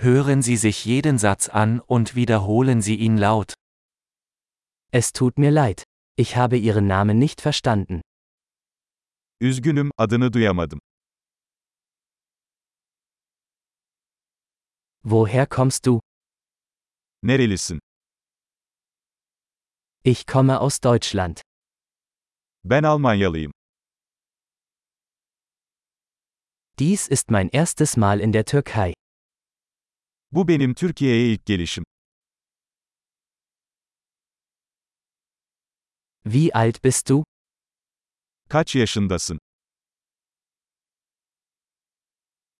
Hören Sie sich jeden Satz an und wiederholen Sie ihn laut. Es tut mir leid. Ich habe Ihren Namen nicht verstanden. Üzgünüm, adını duyamadım. Woher kommst du? Nerelisin? Ich komme aus Deutschland. Ben Almanyalıyım. Dies ist mein erstes Mal in der Türkei. Bu benim Türkiye'ye ilk gelişim. Wie alt bist du? Kaç yaşındasın?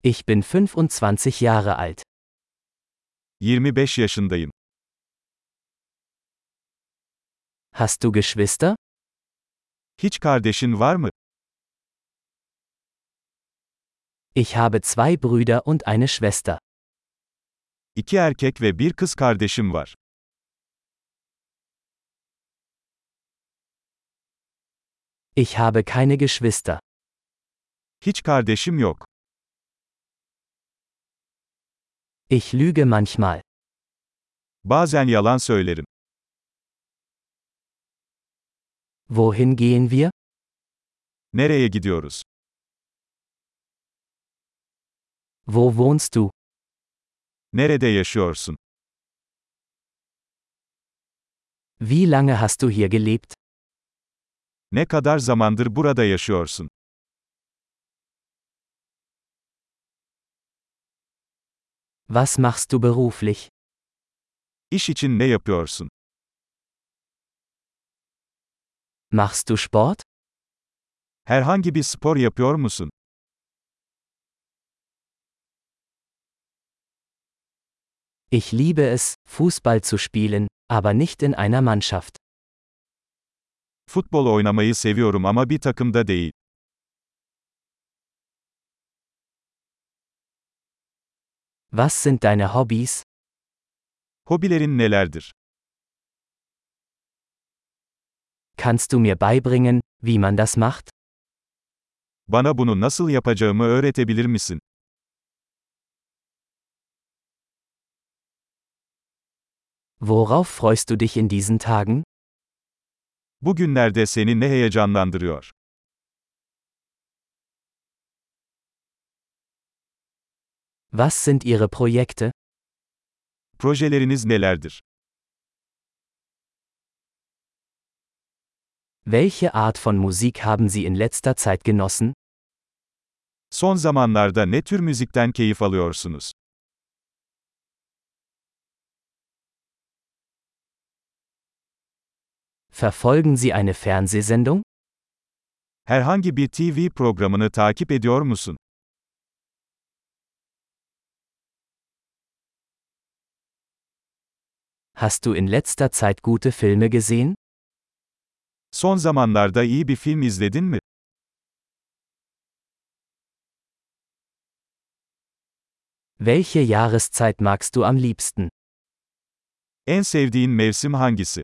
Ich bin 25 Jahre alt. 25 yaşındayım. Hast du Geschwister? Hiç kardeşin var mı? Ich habe zwei Brüder und eine Schwester. İki erkek ve bir kız kardeşim var. Ich habe keine Geschwister. Hiç kardeşim yok. Ich lüge manchmal. Bazen yalan söylerim. Wohin gehen wir? Nereye gidiyoruz? Wo wohnst du? Nerede yaşıyorsun? Wie lange hast du hier gelebt? Ne kadar zamandır burada yaşıyorsun? Was machst du beruflich? İş için ne yapıyorsun? Machst du Sport? Herhangi bir spor yapıyor musun? Ich liebe es, Fußball zu spielen, aber nicht in einer Mannschaft. Futbol oynamayı seviyorum ama bir takımda değil. Was sind deine Hobbys? Hobilerin nelerdir? Kannst du mir beibringen, wie man das macht? Bana bunu nasıl yapacağımı öğretebilir misin? Worauf freust du dich in diesen Tagen? Bugünlerde seni ne heyecanlandırıyor? Was sind ihre Projekte? Projeleriniz nelerdir? Welche Art von Musik haben sie in letzter Zeit genossen? Son zamanlarda ne tür müzikten keyif alıyorsunuz? Verfolgen sie eine Fernsehsendung? Herhangi bir TV programını takip ediyor musun? Hast du in letzter Zeit gute Filme gesehen? Son zamanlarda iyi bir film izledin mi? Welche Jahreszeit magst du am liebsten? En sevdiğin mevsim hangisi?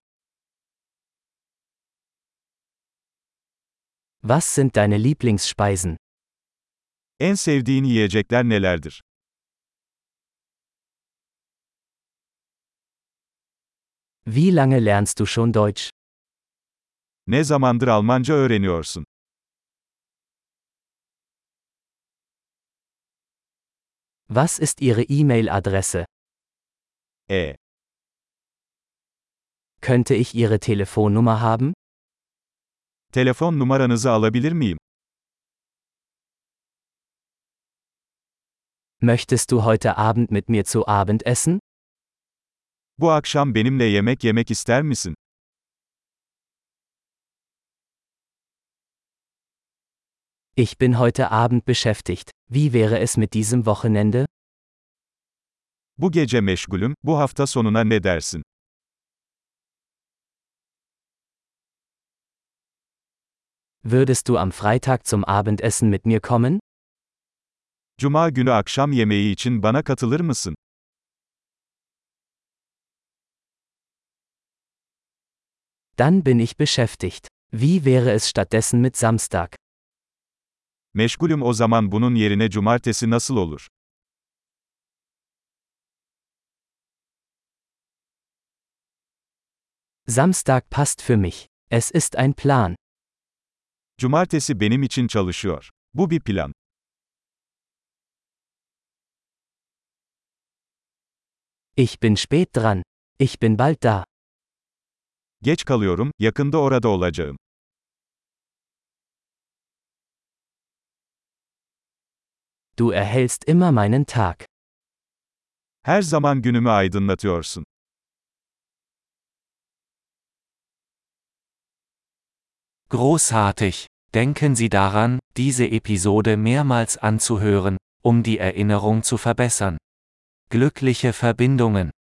Was sind deine Lieblingsspeisen? En sevdiğin yiyecekler nelerdir? Wie lange lernst du schon Deutsch? Ne zamandır Almanca öğreniyorsun? Was ist ihre E-Mail-Adresse? E. Könnte ich ihre Telefonnummer haben? Telefon numaranızı alabilir miyim? Möchtest du heute Abend mit mir zu Abend essen? Bu akşam benimle yemek yemek ister misin? Ich bin heute Abend beschäftigt. Wie wäre es mit diesem Wochenende? Bu gece meşgulüm, bu hafta sonuna ne dersin? Würdest du am Freitag zum Abendessen mit mir kommen? Cuma günü akşam yemeği için bana katılır mısın? Dann bin ich beschäftigt. Wie wäre es stattdessen mit Samstag? Meşgulüm o zaman bunun yerine cumartesi nasıl olur? Samstag passt für mich. Es ist ein Plan. Cumartesi benim için çalışıyor. Bu bir plan. Ich bin spät dran. Ich bin bald da. Geç kalıyorum, yakında orada olacağım. Du erhellst immer meinen Tag. Her zaman günümü aydınlatıyorsun. Großartig! Denken Sie daran, diese Episode mehrmals anzuhören, um die Erinnerung zu verbessern. Glückliche Verbindungen!